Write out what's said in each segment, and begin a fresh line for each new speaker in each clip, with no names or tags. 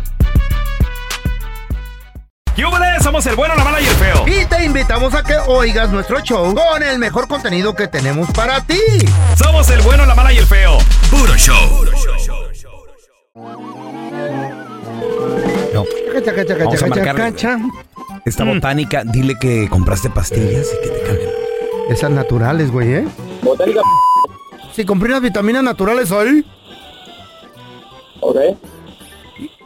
¡Yúbales! Somos el bueno, la mala y el feo.
Y te invitamos a que oigas nuestro show con el mejor contenido que tenemos para ti.
Somos el bueno, la mala y el feo. Puro show.
Cacha, cacha,
Vamos
cacha,
a
cacha,
marcarle,
cacha.
Esta
Mm.
botánica, dile que compraste pastillas y que te calmen.
Esas naturales, güey, ¿eh?
Botánica,
Si compré unas vitaminas naturales ahí.
ok.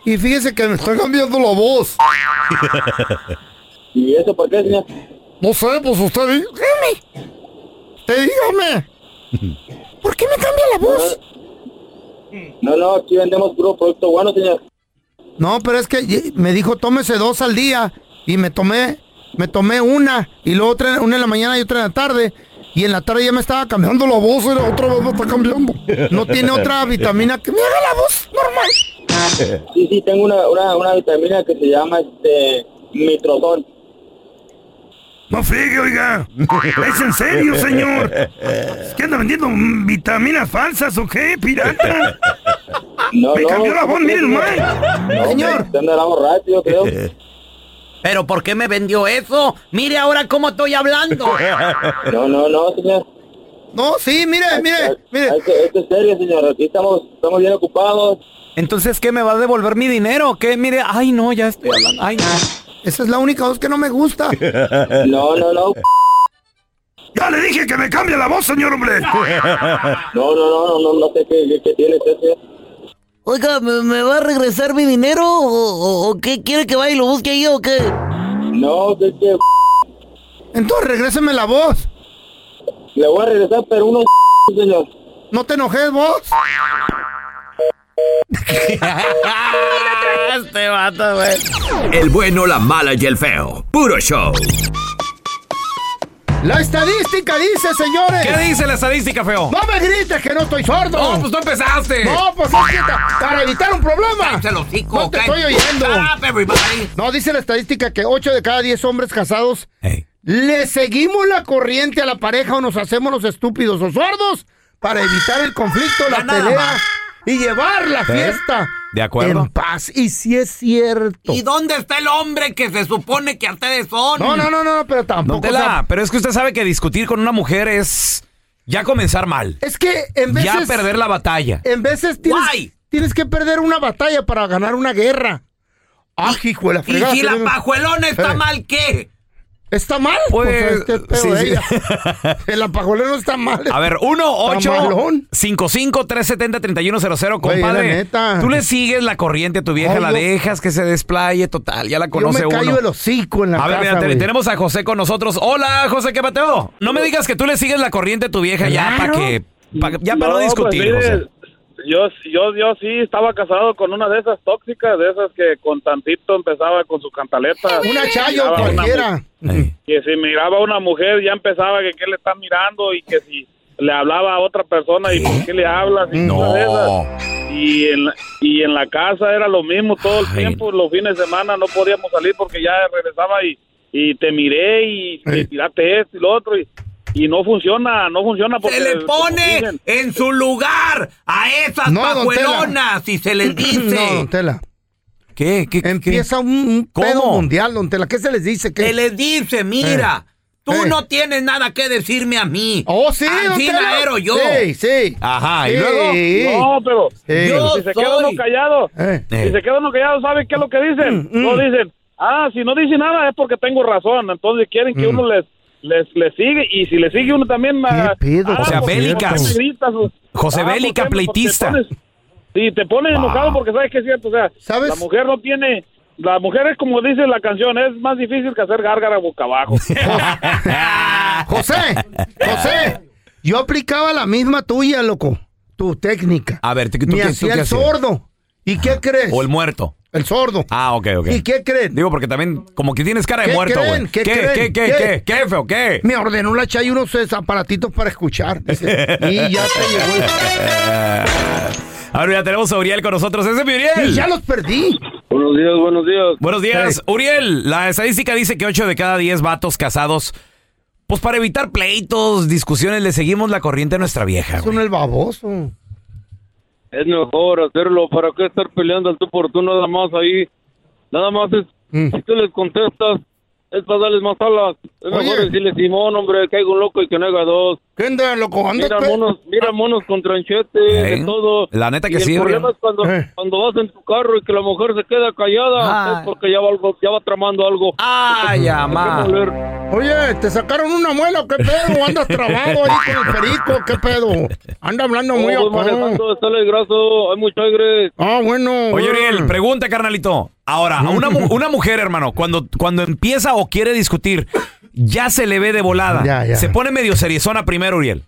Y fíjese que me está cambiando la voz.
¿Y eso por qué, señor?
No sé, pues usted di- dígame. Te dígame. ¿Por qué me cambia la voz?
No, no, aquí vendemos puro producto bueno, señor.
No, pero es que ye- me dijo tómese dos al día y me tomé, me tomé una y luego otra, una en la mañana y otra en la tarde. Y en la tarde ya me estaba cambiando la voz, era otra vez me está cambiando. No tiene otra vitamina que me haga la voz normal.
Sí, sí, tengo una, una, una vitamina que se llama este mitrozón.
No friegue, oiga. Es en serio, señor. ¿Es que anda vendiendo mm, vitaminas falsas o qué, pirata?
No,
Me
no.
cambió la voz, mire el mal.
Señor.
Usted andará borracho, yo creo.
¿Pero por qué me vendió eso? Mire ahora cómo estoy hablando.
No, no, no, señor.
No, sí, mire, mire, mire.
Hay que- Esto es serio, señor. Aquí estamos, estamos bien ocupados.
Entonces, ¿qué me va a devolver mi dinero? ¿Qué? Mire, ay, no, ya estoy hablando. Ay, no.
Esa es la única voz que no me gusta.
No, no, no.
Ya le dije que me cambie la voz, señor, hombre.
No, no, no, no, no, no sé qué, qué, qué tiene usted, señor.
Oiga, ¿me, me va a regresar mi dinero o, o- o qué? ¿Quiere que vaya y lo busque ahí o qué?
No, este que, que
Entonces regréseme la voz.
le voy a regresar, pero unos señor.
No te enojes vos.
este vato, güey.
El bueno, la mala y el feo. Puro show.
La estadística dice, señores.
¿Qué dice la estadística, feo?
No me grites que no estoy sordo.
No, pues no empezaste.
No, pues es que ta- para evitar un problema.
Cállate el hocico,
No te
cállate.
estoy oyendo.
Stop, everybody.
No, dice la estadística que 8 de cada 10 hombres casados
Ey.
le seguimos la corriente a la pareja o nos hacemos los estúpidos o sordos para evitar el conflicto, la
Ya nada
pelea
más.
y llevar la fiesta
¿Eh? De acuerdo.
en paz. Y si es cierto.
¿Y dónde está el hombre que se supone que ustedes son?
No, no, no, no, pero
Don
tampoco.
Tela,
o sea,
pero es que usted sabe que discutir con una mujer es ya comenzar mal.
es que en veces.
ya perder la batalla.
En veces tienes,
Guay.
tienes que perder una batalla para ganar una guerra. Ah, hijo de la
¿Y
fregada,
si la
que-
pajuelona está
Eh.
mal qué?
¿Está mal?
Pues,
este es pedo
sí,
de
sí.
ella. El apajolero está mal.
A ver, 1 8
malón.
55 370 3100
Güey,
compadre.
la neta.
Tú le sigues la corriente a tu vieja,
No,
la
yo-
dejas que se desplaye, total, ya la
Yo me
conoce uno.
callo el hocico en la
A ver,
casa,
mira, te-
güey.
tenemos a José con nosotros. Hola, José, ¿qué pateo? No me digas que tú le sigues la corriente a tu vieja ya para
Claro.
que. pa- ya para no,
No,
discutir,
pues, mire,
José.
Yo, yo, yo sí estaba casado con una de esas tóxicas, de esas que con tantito empezaba con su cantaleta.
Una chayo
Miraba una
cualquiera.
Ey.
mu- que si miraba a una mujer ya empezaba que qué le está mirando y que si le hablaba a otra persona y por qué le hablas y
No.
cosas de esas. Y en, la- y en la casa era lo mismo todo el
Ay.
tiempo, los fines de semana no podíamos salir porque ya regresaba y, y te miré y te tiraste esto y lo otro y, y no funciona, no funciona porque
Se le
como
pone
dicen,
en su lugar a esas
No, don Tela.
pajuelonas, si se les
No,
dice.
don Tela.
¿Qué? ¿Qué? qué-
Empieza un, un pedo
¿Cómo?
mundial, don Tela. ¿Qué se les dice? ¿Qué?
se les dice, mira,
Tú no tienes nada que decirme a mí.
Oh, sí, don
Así
Tela.
era yo.
Sí, sí.
Ajá, y
Sí.
luego.
No, pero
Sí. Eh.
Yo
si se
soy-
queda uno callado, si se queda uno callado, ¿saben qué es lo que
Mm,
dicen? No dicen, ah, si no dice nada es porque tengo razón, entonces quieren que
Mm.
uno les, les, les sigue y si le sigue uno también... ah,
pedo,
ah,
José
¿por qué-
Bélicas.
por qué me gritas?
José
¿por
Bélica,
qué? Porque te
pleitista.
pones- Sí, te pones enojado porque sabes que es cierto, o sea,
¿Sabes?
la mujer no tiene... La mujer es como dice la canción, es más difícil que hacer gárgara boca abajo.
José, José, yo aplicaba la misma tuya, loco. Tu técnica.
A ver, ¿tú, tú
Me
qué- tú
hacía
qué
el
hacías?
sordo. ¿Y qué crees?
O el muerto.
El sordo.
Ah, ok, ok.
¿Y qué creen?
Digo, porque también, como que tienes cara de
¿Qué
muerto,
creen?
güey.
¿Qué
¿Qué,
creen?
qué, qué, qué,
¿Qué?
qué, feo, qué?
Me ordenó la Chay unos eh, aparatitos para escuchar. Dice, y ya te llegó.
Ahora ya tenemos a Uriel con nosotros. ¡Ese es mi
Y ya
Uriel!
los perdí.
buenos días, buenos días.
Buenos días,
Hey.
Uriel. La estadística dice que 8 de cada 10 vatos casados, pues para evitar pleitos, discusiones, le seguimos la corriente a nuestra vieja.
Son el baboso.
Es mejor hacerlo, ¿para qué estar peleando al tú por tú nada más ahí? Nada más es,
Mm.
si tú les contestas, es para darles más alas. Es
Oye.
mejor decirle, Simón, hombre, caigo un loco y que no haga dos.
¿Qué onda, loco? Anda,
Mira
pues. Ah. pe-
monos, mira monos con tranchete,
Eh,
de todo.
la neta que
y
sí,
el problema
Orión.
es cuando,
Eh.
cuando vas en tu carro y que la mujer se queda callada,
Ah.
es porque ya va, algo, ya va tramando algo.
¡Ay, amá!
Hay que volver.
Oye, ¿te sacaron una muela o qué pedo? ¿Andas trabado ahí con el perico? ¿Qué pedo? Anda hablando muy
Oh, voy
acá.
manejando, está el graso, hay mucho aire.
Ah, bueno.
Oye,
bueno.
Uriel, pregunta, carnalito. Ahora, a una, mu- una mujer, hermano, cuando, cuando empieza o quiere discutir, ya se le ve de volada.
Ya, ya.
Se pone medio seriezona primero, Uriel.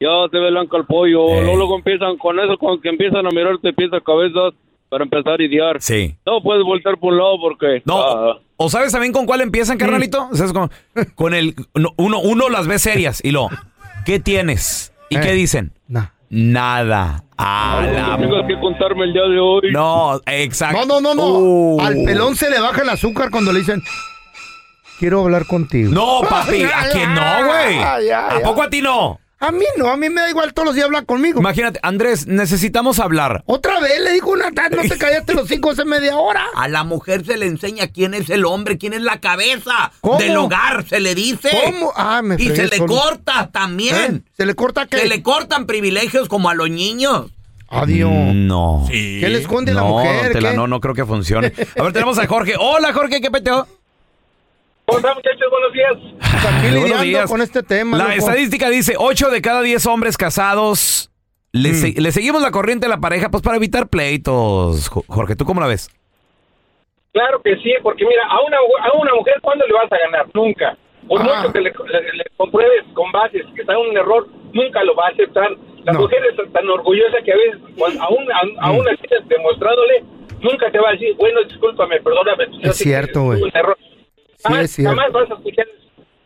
Ya se ve blanca el pollo.
Ey.
Luego, luego empiezan con eso, con que empiezan a mirarte pies a cabezas para empezar a idear.
Sí.
No puedes voltear por un lado porque.
No.
ah,
¿O sabes también con cuál empiezan, carnalito? O sea, es con, con el. no, Uno, uno las ve serias y lo. ¿Qué tienes? ¿Y
Eh.
qué dicen?
Nah.
Nada. A la
que tengas que contarme el día de hoy.
No, exacto.
No, no, no, no.
Uh.
Al pelón se le baja el azúcar cuando le dicen, quiero hablar contigo.
No, papi, ¿a
Ay,
que
ay,
no, güey?
ay, ay,
¿A poco a ti no?
A mí no, a mí me da igual todos los días hablar conmigo.
Imagínate, Andrés, necesitamos hablar.
Otra vez le dijo una no te callaste los cinco hace media hora.
A la mujer se le enseña quién es el hombre, quién es la cabeza
¿Cómo?
del hogar, se le dice.
¿Cómo? Ah, me
Y
fregué
se le
solo.
corta
¿Eh?
también.
¿Se le corta qué?
Se le cortan privilegios como a los niños.
Adiós.
No.
¿Qué le esconde la
No,
mujer?
don Tela,
¿Qué?
no, no creo que funcione. A ver, tenemos a Jorge. Hola, Jorge, ¿qué peteo?
¿Cómo están, muchachos? Buenos días.
Pues aquí
Buenos
lidiando
días.
con este tema.
La
loco.
estadística dice 8 de cada 10 hombres casados
Mm.
le, se- le seguimos la corriente a la pareja pues para evitar pleitos. Jo- Jorge, ¿tú cómo la ves?
Claro que sí, porque mira, a una, a una mujer, ¿cuándo le vas a ganar? Nunca. Por
Ah.
mucho que le, le- le compruebes con bases que está en un error, nunca lo va a aceptar. La
No. Mm.
mujer es tan- tan orgullosa que a veces, cuando- aún, a- aún así, demostrándole, nunca te va a decir, bueno, discúlpame, perdóname. pues, yo
Es
sé que
cierto,
tuve
güey.
un error. Jamás,
es cierto.
jamás vas a escuchar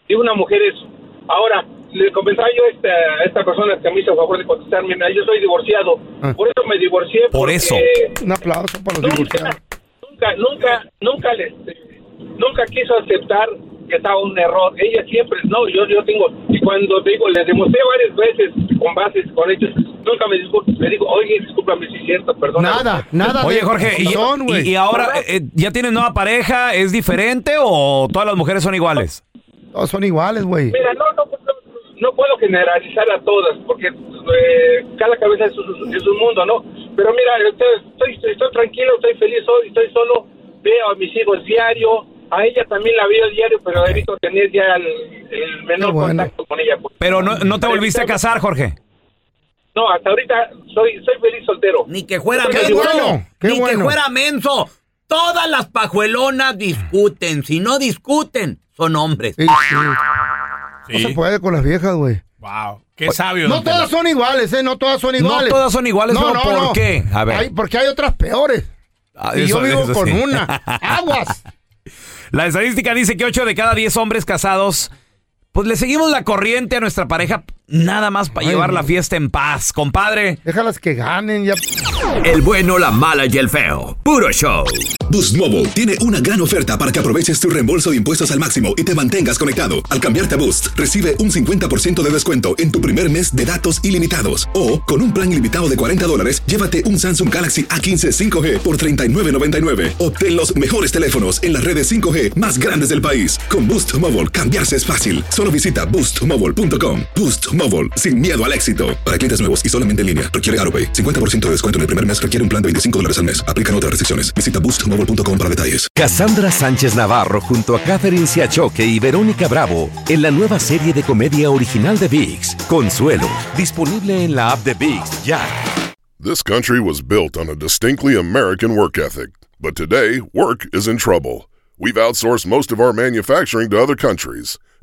de una mujer eso. Ahora, le comentaba yo a esta, a esta persona que me hizo favor de contestarme, mira, yo soy divorciado,
Ah.
por eso me divorcié.
Por
porque-
eso.
Un aplauso para los divorciados.
nunca, nunca, nunca, nunca, le- nunca quiso aceptar que estaba un error. Ella siempre, no, yo, yo tengo, y cuando te digo, le demostré varias veces con bases, con hechos, nunca me disculpo, le digo, oye, discúlpame si es cierto, perdón.
Nada, nada.
Oye,
de-
Jorge, y,
son,
y-
güey.
y ahora eh, ya tienes nueva pareja, ¿es diferente o todas las mujeres son iguales?
Todos son iguales, güey.
Mira, no, no, no, no puedo generalizar a todas, porque eh, cada cabeza es, un- es un mundo, ¿no? Pero mira, yo te- estoy, estoy, tranquilo, estoy feliz hoy, estoy solo, veo a mis hijos diario, a ella también la veo diario, pero
Ok.
evito tener ya el, el menor
Qué bueno.
contacto con ella. pues.
Pero no, no te volviste a casar, Jorge.
No, hasta ahorita soy, soy feliz soltero.
Ni que fuera
Qué
menso.
bueno, qué
ni que
bueno.
fuera menso. Todas las pajuelonas discuten. Si no discuten, son hombres.
Sí, sí. No se puede con las viejas, güey.
Wow. Qué sabio.
No
don Tela.
todas son iguales, ¿eh? No todas son
No
iguales.
todas son iguales, pero ¿por qué? A ver.
Hay- porque hay otras peores.
Ah,
y
eso-
yo vivo
eso
con
sí.
una. Aguas.
La estadística dice que 8 de cada 10 hombres casados, pues le seguimos la corriente a nuestra pareja nada más para llevar la fiesta en paz, compadre.
Déjalas que ganen ya.
El bueno, la mala y el feo. Puro show.
Boost Mobile tiene una gran oferta para que aproveches tu reembolso de impuestos al máximo y te mantengas conectado. Al cambiarte a Boost, recibe un 50% de descuento en tu primer mes de datos ilimitados. O, con un plan ilimitado de 40 dólares, llévate un Samsung Galaxy A15 5G por $39.99. Obtén los mejores teléfonos en las redes 5G más grandes del país. Con Boost Mobile, cambiarse es fácil. Solo visita boostmobile.com. Boost Mobile, sin miedo al éxito. Para clientes nuevos y solamente en línea, requiere AroPay. 50% de descuento en el primer mes requiere un plan de 25 dólares al mes. Aplican otras restricciones. Visita boostmobile.com para detalles.
Cassandra Sánchez Navarro junto a Catherine Siachoque y Verónica Bravo en la nueva serie de comedia original de VIX, Consuelo, disponible en la app de VIX ya.
This country was built on a distinctly American work ethic, but today work is in trouble. We've outsourced most of our manufacturing to other countries,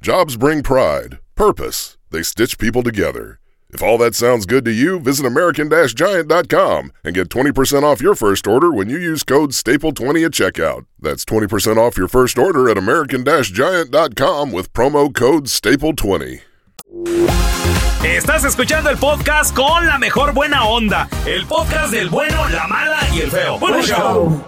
Jobs bring pride, purpose. They stitch people together. If all that sounds good to you, visit American-Giant.com and get 20% off your first order when you use code STAPLE20 at checkout. That's 20% off your first order at American-Giant.com with promo code STAPLE20.
Estás escuchando el podcast con la mejor buena onda. El podcast del bueno, la mala y el feo. Puro show.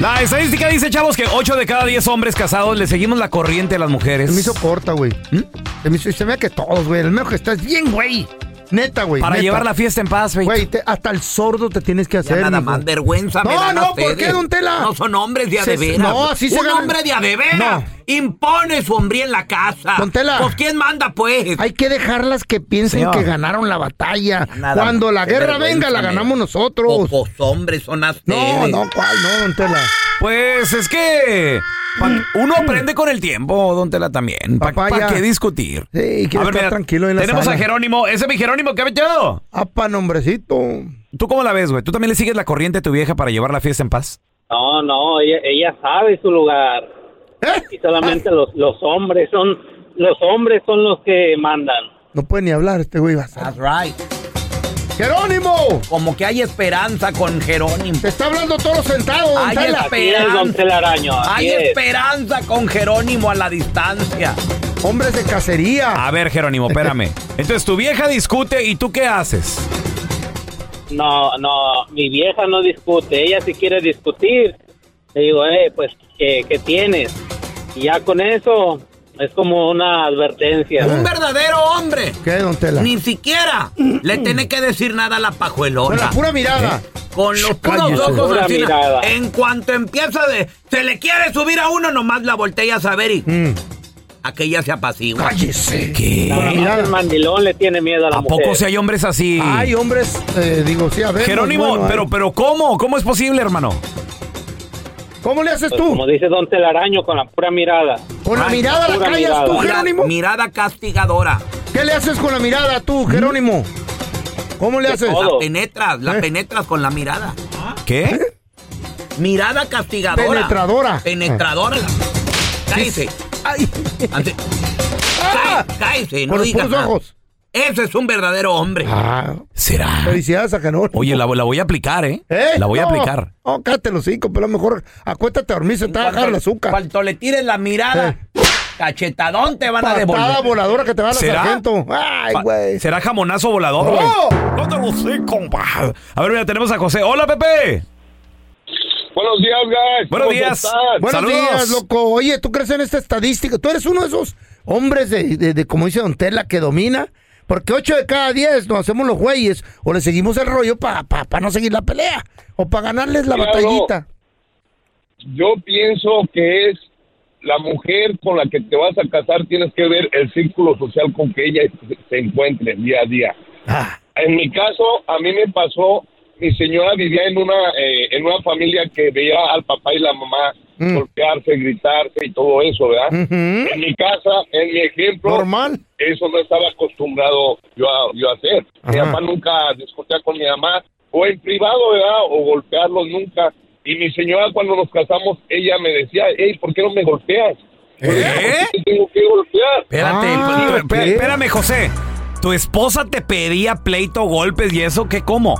La estadística dice, chavos, que 8 de cada 10 hombres casados le seguimos la corriente a las mujeres.
Se me hizo corta, güey. ¿Mm? Se me hizo, se me da que todos, güey. El mejor que estás bien, güey. Neta, güey.
Para
neta.
llevar la fiesta en paz,
Güey, te- hasta el sordo te tienes que hacer.
nada
mijo.
más vergüenza me
No,
dan a
no, ¿por
ustedes.
qué, don Tela?
No son hombres de a
Se-
de veras.
no, así se
Un
ganan-
hombre de a de veras
No.
impone su hombría en la casa.
Don Tela.
Pues quién manda, pues.
Hay que dejarlas que piensen
Señor.
que ganaron la batalla.
Nada
Cuando
más,
la
qué
guerra
vergüenza
venga, la
me da.
ganamos nosotros.
Pocos hombres son así.
No, no, ¿cuál? No, don Tela.
Pues es que pa- uno aprende con el tiempo, don Tela, también. ¿Para
Papaya.
qué discutir?
Sí, quiero
A ver,
estar
mira,
tranquilo en la
Tenemos
sala.
a Jerónimo. Ese es mi Jerónimo, ¿qué ha metido?
Apa, nombrecito.
¿Tú cómo la ves, güey? ¿Tú también le sigues la corriente a tu vieja para llevar la fiesta en paz?
No, no, ella, ella sabe su lugar.
¿Eh?
Y solamente los, los hombres son los hombres son los que mandan.
No puede ni hablar este güey. va a ser.
That's right.
¡Jerónimo!
Como que hay esperanza con Jerónimo.
Te está hablando todo sentado, don
Hay
Tela.
esperanza.
don Telaraño, así
Hay
es.
esperanza con Jerónimo a la distancia.
Hombres de cacería.
A ver, Jerónimo, espérame. Entonces tu vieja discute y tú qué haces?
No, no, mi vieja no discute, ella si quiere discutir. Le digo, eh, pues, ¿qué, qué tienes? Y ya con eso es como una advertencia.
Un verdadero hombre.
¿Qué, don Tela?
Ni siquiera le tiene que decir nada a la
Con
pajuelona. ¿Eh?
la pura mirada.
Con los puros
Cállese.
ojos
Pura
así,
mirada.
En cuanto empieza de. Se le quiere subir a uno, nomás la voltea a saber y. Aquella se apacigua.
Cállese.
Nada
¿Qué?
más
mirada.
el mandilón le tiene miedo a la
¿A
mujer.
poco si hay hombres así?
Hay hombres, eh, digo, sí, a ver.
Jerónimo,
bueno,
pero,
ay.
pero ¿cómo? ¿Cómo es posible, hermano?
¿Cómo le haces
Pues,
tú?
como dice Don Telaraño, con la pura mirada.
Con la
Ay,
mirada la
pura
callas
mirada.
tú,
Mira-
Jerónimo.
mirada castigadora.
¿Qué le haces con la mirada tú, Jerónimo? ¿Cómo le haces?
La
Todo.
penetras, la penetras con la mirada.
¿Eh?
¿Qué?
Mirada castigadora.
Penetradora.
Penetradora. Cállese.
Ay.
Ante-
Ah.
Cállese, cállese, no
Con los
digas
puros
nada.
ojos.
Ese es un verdadero hombre.
Ah,
¿Será?
felicidades a Jerónimo.
Oye, la, la voy a aplicar, ¿eh?
¿Eh?
La voy a
No.
aplicar.
No, cállate los cinco, pero a lo mejor acuéstate a dormir, se te va a bajar el azúcar.
Cuanto le tires la mirada, cachetadón te van a
Patada
devolver.
voladora que te va a dar
¿Será?
sargento. Ay,
Pa-
güey.
¿Será jamonazo volador,
¡No!
güey? No
¡Oh!
te lo sé, compa. A ver, mira, tenemos a José. Hola, Pepe.
Buenos días, guys.
Buenos
¿Cómo
días.
estás?
Buenos
Saludos.
días, loco. Oye, ¿tú crees en esta estadística? Tú eres uno de esos hombres de, de- de, como dice Don Tela, que domina. Porque 8 de cada 10 nos hacemos los güeyes o le seguimos el rollo para no seguir la pelea o para ganarles la
Claro.
batallita.
Yo pienso que es la mujer con la que te vas a casar, tienes que ver el círculo social con que ella se- se encuentre día a día.
Ah,
En mi caso, a mí me pasó mi señora vivía en una, eh, en una familia que veía al papá y la mamá
Mm.
golpearse, gritarse y todo eso, ¿verdad?
Ujú.
En mi casa, en mi ejemplo, normal, eso no estaba acostumbrado yo a, yo a hacer. Mi
Ajá.
papá nunca discutía con mi mamá, o en privado, ¿verdad? O golpearlos nunca. Y mi señora cuando nos casamos, ella me decía, hey, ¿por qué no me golpeas? ¿Por "Pues, qué tengo que golpear?
¿Eh? Espérate,
Ah,
espérame,
¿qué?
espérame, José. ¿Tu esposa te pedía pleito, golpes y eso? ¿Qué cómo?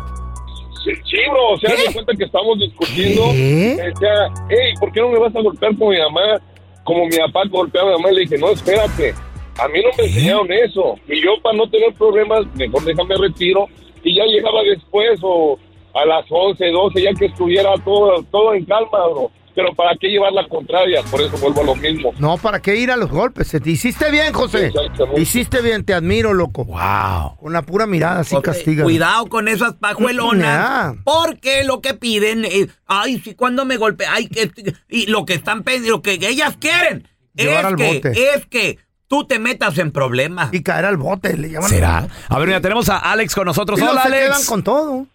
Sí, sí, bro, o sea, me cuenta que estamos discutiendo.
¿Qué?
Me Decía, hey, ¿por qué no me vas a golpear como mi mamá? Como mi papá golpeaba a mi mamá, y le dije, no, espérate, a mí no me enseñaron eso. Y yo, para no tener problemas, mejor déjame retiro. Y ya llegaba después, o a las 11, 12, ya que estuviera todo, todo en calma, bro. Pero ¿para qué llevar la contraria? Por eso vuelvo a lo mismo.
No, ¿para qué ir a los golpes? Te hiciste bien, José. Te hiciste bien, te admiro, loco.
Wow.
Con la pura mirada, así castiga.
Cuidado con esas pajuelonas.
Ya.
Porque lo que piden es, ay, si cuando me golpea, ay, que este, y lo que están pidiendo, lo que ellas quieren
Llevar
es
al
que
bote.
es que tú te metas en problemas.
Y caer al bote, le
¿Será? A ver, mira, tenemos a Alex con nosotros.
Y no
Hola,
se
Alex.
quedan con todo.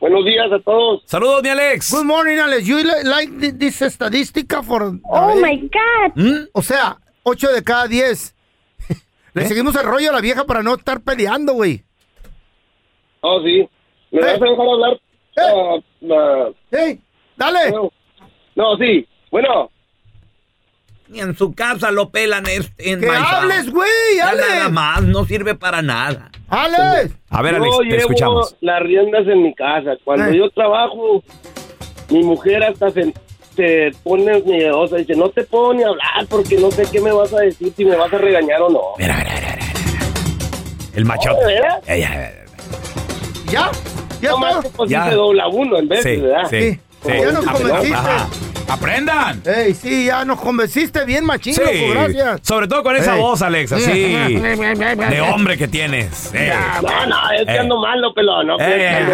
Buenos días a todos.
Saludos, mi Alex.
Good morning, Alex. You li- like thi- this estadística for...
Oh, my
God.
¿Mm?
O sea, 8 de cada 10.
¿Eh?
Le seguimos el rollo a la vieja para no estar peleando, güey. ¿Eh?
Oh, sí. ¿Me vas a dejar hablar? Oh,
¡Ey! ¡Dale!
No, no, sí. Bueno.
Ni en su casa lo pelan este en
¡Que
my town.
hables, güey!
Ya
¡Hable!
Nada más, no sirve para nada.
¡Alex!
A ver,
Yo
Alex, te
llevo-
escuchamos.
las riendas en mi casa. Cuando
Ah.
yo trabajo, mi mujer hasta se, se pone miedosa. Dice, no te puedo ni hablar porque no sé qué me vas a decir, si me vas a regañar o no.
El machote.
¿De veras?
Ya, ya,
¿Ya? ¿Ya
no más que pues,
Ya.
sí se dobla uno en vez,
Sí,
¿verdad?
sí, sí.
Ya nos
Ajá.
convenciste.
Ajá. ¡Aprendan!
¡Ey, sí! Ya nos convenciste bien, machín,
Sí.
loco, pues, gracias.
Sobre todo con esa
Ey.
voz, Alex, así. de hombre que tienes. Eh.
No, no, es que
Eh.
ando malo, pelón. No,
Eh, eh,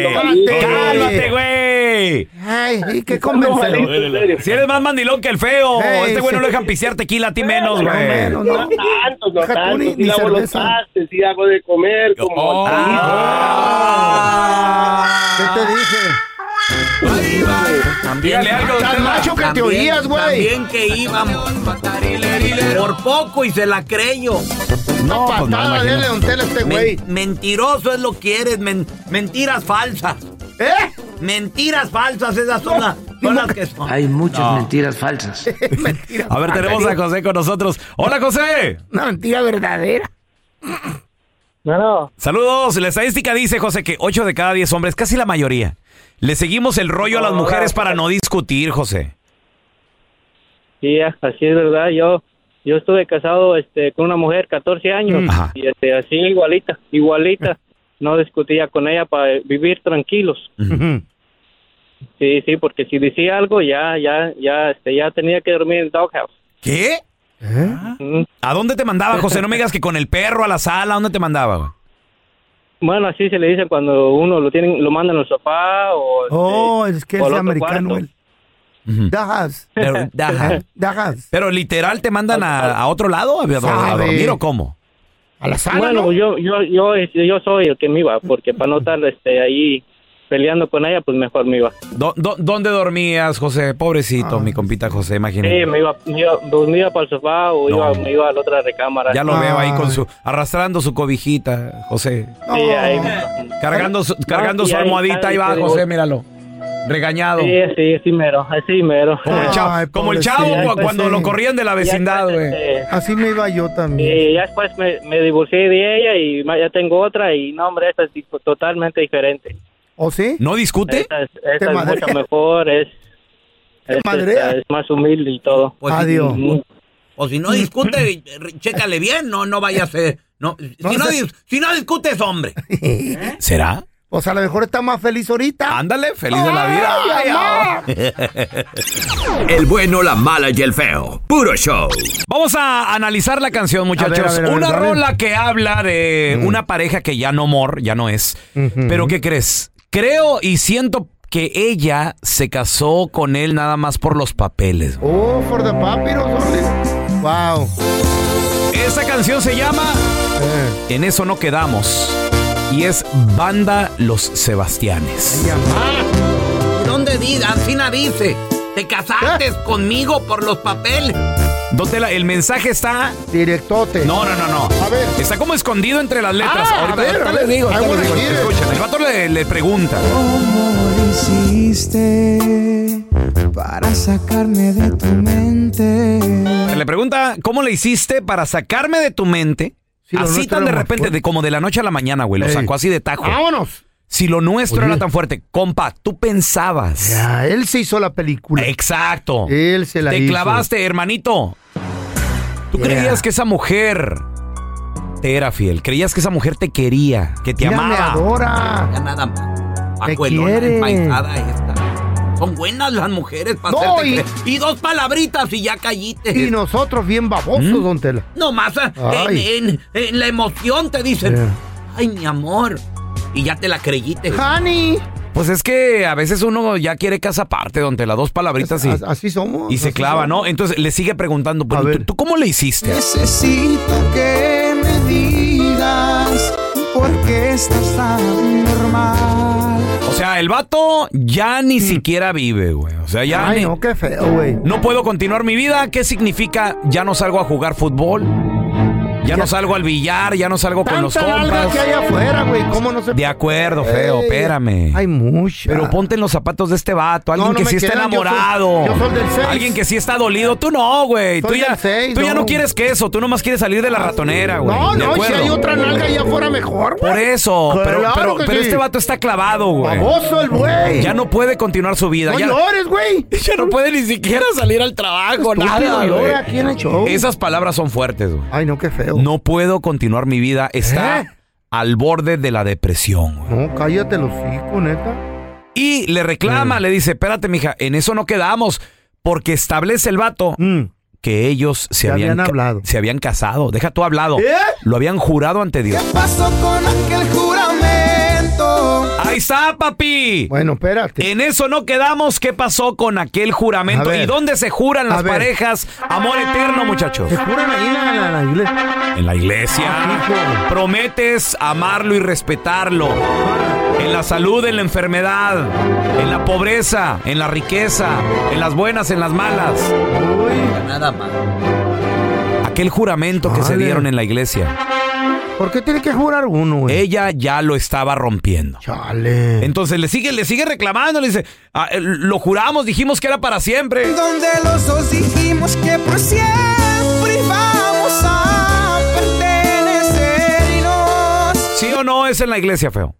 eh, eh. ¡Cálmate, güey!
Ay, ¿y qué
Convéncelo.
convencedor?
Si eres más mandilón que el feo.
Ey,
este güey no
sí.
lo dejan pisear tequila, a ti menos, güey.
menos, no.
tanto, no
Deja tú
tanto.
ni-
Sí
ni
lavo los
cerveza.
trastes, sí hago de comer, como...
Oh.
Ah. ¿Qué te dije?
También
Dígale algo, Tan Tela. macho que te
También-
oías, güey.
También que íbamos. Por poco y se la creyó.
No,
pues no,
patada, dele, don Tela, este güey.
mentiroso es lo que eres. men- mentiras falsas.
¿Eh?
Mentiras falsas, esas son, las- son las que son.
Hay muchas mentiras falsas.
A ver, tenemos a José con nosotros. ¡Hola, José!
Una mentira verdadera.
Saludos. La estadística dice, José, que 8 de cada 10 hombres, casi la mayoría, le seguimos el rollo a las mujeres para no discutir, José.
Sí, así es verdad. Yo yo estuve casado este con una mujer 14 años
Ajá.
y este así igualita, igualita. No discutía con ella para vivir tranquilos. Sí, sí, porque si decía algo ya ya ya este ya tenía que dormir en doghouse.
¿Qué?
¿Eh?
Ah. ¿A dónde te mandaba, José? No me digas que con el perro a la sala, ¿a dónde te mandaba? güey?
Bueno, así se le dice cuando uno lo tienen lo mandan al sofá o este,
Oh, es que
o
es
al otro
americano.
cuarto.
él. Dajas.
Pero, ajá.
Dajas.
Pero literal, ¿te mandan a, a otro lado a, a- a
Sabe.
dormir o cómo?
A la sala,
Bueno,
¿no?
yo, yo, yo, este, yo soy el que me iba, porque para no estar este, ahí peleando con ella, pues mejor me iba.
¿Dó- dó- ¿Dónde dormías, José?
Ah.
Pobrecito, mi compita José, imagínate.
Sí, me iba, me iba, pues, me iba para el sofá o iba, me iba a la otra recámara.
Ya lo veo ahí con su arrastrando su cobijita, José.
Sí, ahí.
Cargando su,
No,
cargando
sí,
su
ahí
almohadita
está,
ahí va,
sí.
José, míralo. Regañado.
Sí, sí, sí, mero, así mero.
Como el chavo, como el chavo
Sí,
cu-
pues,
cuando
sí.
lo corrían de la vecindad, güey.
Así me iba yo también.
Sí, ya después me, me divorcié de ella y ma- ya tengo otra y no, hombre, esta es di- totalmente diferente.
¿O sí?
¿No discute?
Esta es, esta
Te
es
madrea.
mucho mejor, es, es,
madrea.
es más humilde y todo.
Pues, Adiós.
Mm.
O si no discute, re- chécale bien, no, no vaya a ser. No, si, no, dis- si no discutes, hombre.
¿Será?
O sea, a lo mejor está más feliz ahorita.
Ándale, feliz de la vida.
Ay, amor.
El bueno, la mala y el feo. Puro show.
Vamos a analizar la canción, muchachos.
a ver, Mm. a ver,
una
a ver.
rola que habla de una pareja que ya no mor, ya no es. Pero ¿qué crees? Creo y siento que ella se casó con él nada más por los papeles.
Oh, for the papiros, órale. Wow.
Eh.
Esa canción se llama En eso no quedamos. y es Banda Los Sebastianes.
¿Y dónde diga? Ancina dice. Te
¿Eh?
casaste conmigo por los papeles.
Don Tela, el mensaje está.
Directote.
No, no, no, no. A ver. Está como escondido entre las letras.
Ah,
ahorita
a ver,
ahorita
a ver.
les digo. ahorita
I wanna
les digo.
hear it.
Escuchen, el vato le, le pregunta.
¿Cómo lo hiciste para sacarme de tu mente?
Le pregunta, ¿cómo le hiciste para sacarme de tu mente?
lo
así
nuestro
tan de
era más
repente, de, como de la noche a la mañana, güey. Lo
Ey.
sacó así de tajo. ¡Vámonos! Si lo nuestro
Oye.
era tan fuerte, compa, tú pensabas.
Ya, él se hizo la película.
Exacto.
Él se la
Te
hizo.
clavaste, hermanito. Tú
Yeah.
creías que esa mujer te era fiel. Creías que esa mujer te quería, que te
Mira, me
amaba.
adora.
Ya nada más.
Te
Pajuelona,
quiere.
empaizada esta. Son buenas las mujeres para
No,
hacerte
y-
creer. y... dos palabritas y ya callite.
Y nosotros bien babosos,
¿Mm?
don Tela.
Nomás ah,
Ay.
en, en- en la emoción te dicen,
Yeah.
ay, mi amor. Y ya te la
Eh.
creyiste.
¡Honey!
Pues es que a veces uno ya quiere casa aparte, donde las dos palabritas y,
así somos.
y se clava, ¿no? Entonces le sigue preguntando, pero ¿tú, tú cómo le hiciste?
Necesito que me digas por qué estás tan normal.
O sea, el vato ya ni siquiera vive, güey. O sea, ya.
Mm. Ay,
ni-
no, qué feo, güey.
No puedo continuar mi vida. ¿Qué significa? Ya no salgo a jugar fútbol. Ya, no salgo al billar, ya no salgo con los
Tanta nalga
compas.
que hay afuera, güey. ¿Cómo no se
De acuerdo, feo,
Ey,
espérame.
Hay mucha.
Pero ponte en los zapatos de este vato, alguien
no
que
me
sí está
quedan, yo soy-
enamorado.
yo soy del seis.
Alguien que sí está dolido. Tú no, güey. Tú,
Soy
ya,
del seis,
tú ya no
no.
quieres queso, tú nomás quieres salir de la ratonera, güey.
No,
¿De
no, si
acuerdo?
hay otra nalga allá afuera mejor, güey.
Por eso, pero,
Claro
pero,
que
pero
sí.
este vato está clavado, güey.
Baboso el güey.
Ya no puede continuar su vida.
No
ya,
llores, güey.
ya no puede ni siquiera salir al trabajo,
Estúpido,
nada,
llora
güey.
aquí en el show.
Esas palabras son fuertes, güey.
Ay, no, qué feo. ¿Eh?
No puedo continuar mi vida. Está al borde de la depresión, güey.
No, cállate los hijos, neta.
Y le
Mm.
reclama, le dice, espérate, mija, en eso no quedamos, porque establece el vato que ellos se, habían,
Mm. habían
ca-
hablado.
se habían casado. Deja tú hablado.
¿Eh?
Lo habían jurado ante Dios.
Pasó con aquel juramento.
Ahí está, papi.
Bueno, espérate.
En eso no quedamos. ¿Qué pasó con aquel
A
juramento?
ver.
¿Y dónde se juran
A
las
ver.
parejas? Amor eterno, muchachos.
Se juran ahí en la, en la iglesia. Ah,
En la iglesia. Prometes amarlo y respetarlo. En la salud, en la enfermedad, en la pobreza, en la riqueza, en las buenas, en las malas.
Nada más.
Aquel juramento que se
Chale.
dieron en la iglesia.
¿Por qué tiene que jurar uno, güey?
Ella ya lo estaba rompiendo.
Chale.
Entonces le sigue, le sigue reclamando, le dice, "Ah, eh, lo juramos, dijimos que era para siempre.
Donde los dos dijimos que por siempre vamos a pertenecer y nos.
¿Sí o no es en la iglesia, feo?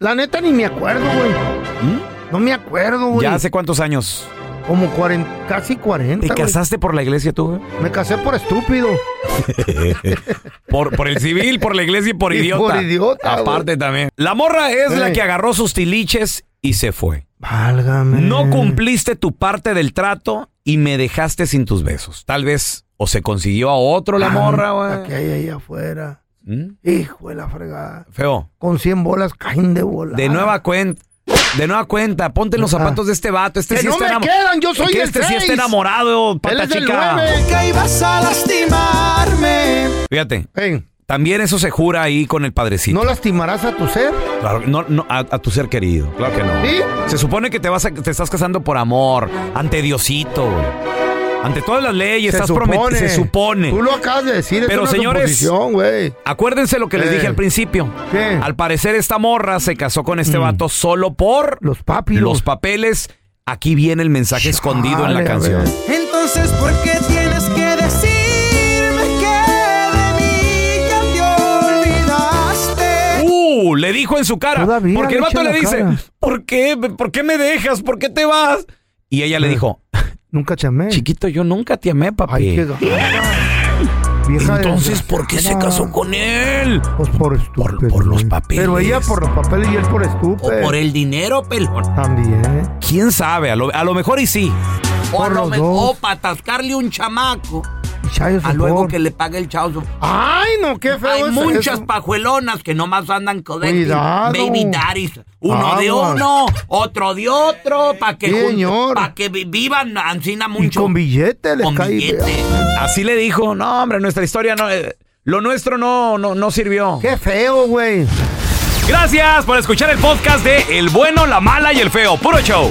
La neta ni me acuerdo, güey. No me acuerdo, güey.
¿Mm? ¿Ya hace cuántos años?
Como 40, casi 40.
¿Te
güey.
casaste por la iglesia tú? feo?
Me casé por estúpido.
Por, por el civil, por la iglesia y por
Y
idiota.
por idiota,
Aparte también. La morra es la
Ey.
que agarró sus tiliches y se fue.
Válgame.
No cumpliste tu parte del trato y me dejaste sin tus besos. Tal vez o se consiguió a otro
Ah.
la morra,
La
güey.
que hay ahí afuera.
¿Mm?
Hijo de la fregada.
Feo.
Con 100 bolas caen de bola.
De nueva cuenta. De nueva cuenta, ponte en los zapatos de este vato. Este
Que
sí
no
está
me
enamo-
quedan, yo soy
que
del
Este sí está
seis.
enamorado,
Él
pata
es del
chica.
nueve.
Que ibas a lastimarme.
Fíjate. También eso se jura ahí con el padrecito.
¿No lastimarás a tu ser?
Claro, no, no, a, a tu ser querido. Claro que no.
¿Sí?
Se supone que te vas a- te estás casando por amor, ante Diosito, güey. ante todas las leyes,
se
estás
supone.
prometido. Se supone.
Tú lo acabas de decir. es
Pero
una
señores,
suposición, güey.
acuérdense lo que les
Eh.
dije al principio. Al parecer esta morra se casó con este vato solo por los
Mm. papiros.
Los papeles. Aquí viene el mensaje escondido en la
a
canción.
Entonces, ¿por qué tienes que decirme que de mí ya te olvidaste?
Uh, le dijo en su cara.
Todavía
porque el
le
vato le
echa la
dice,
cara.
¿por qué? ¿Por qué me dejas? ¿Por qué te vas? Y ella
Eh.
le dijo,
Nunca te amé.
chiquito, yo nunca te amé, papi.
Ay, qué
"Eh, Entonces, ¿por qué se casó con él?
Pues por estúpido. Por,
los papeles.
Pero ella por los papeles y él por estúpido.
O por el dinero, pelón.
También.
¿Quién sabe? A lo, a lo mejor y sí.
O, a
Por
lo
los
me-
dos.
o para atascarle un chamaco.
Chayo,
A luego que le pague el chau.
Ay, no, qué feo
Hay
es
muchas
eso.
pajuelonas que nomás andan con
Cuidado.
baby daddies. Uno de
Aguas.
uno, otro de otro, para que,
Sí,
jun-
señor.
pa' que vi- vivan ancina
Y
mucho.
con billete les
Con
cae.
billete.
Así le dijo, no, hombre, nuestra historia no. eh, lo nuestro no, no, no sirvió.
Qué feo, güey.
Gracias por escuchar el podcast de El bueno, la mala y el feo. Puro show.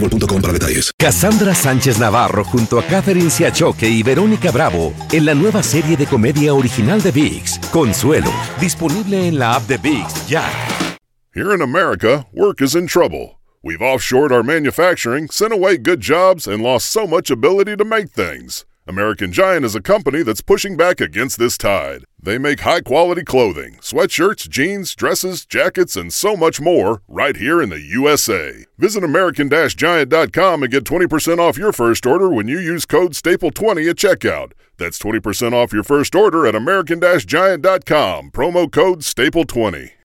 para detalles.
Cassandra Sánchez Navarro junto a Catherine Siachoque y Verónica Bravo en la nueva serie de comedia original de VIX, Consuelo, disponible en la app de VIX ya.
Here in America, work is in trouble. We've offshored our manufacturing, sent away good jobs, and lost so much ability to make things. American Giant is a company that's pushing back against this tide. They make high quality clothing, sweatshirts, jeans, dresses, jackets, and so much more right here in the USA. Visit American Giant.com and get 20% off your first order when you use code STAPLE20 at checkout. That's 20% off your first order at American Giant.com, promo code STAPLE20.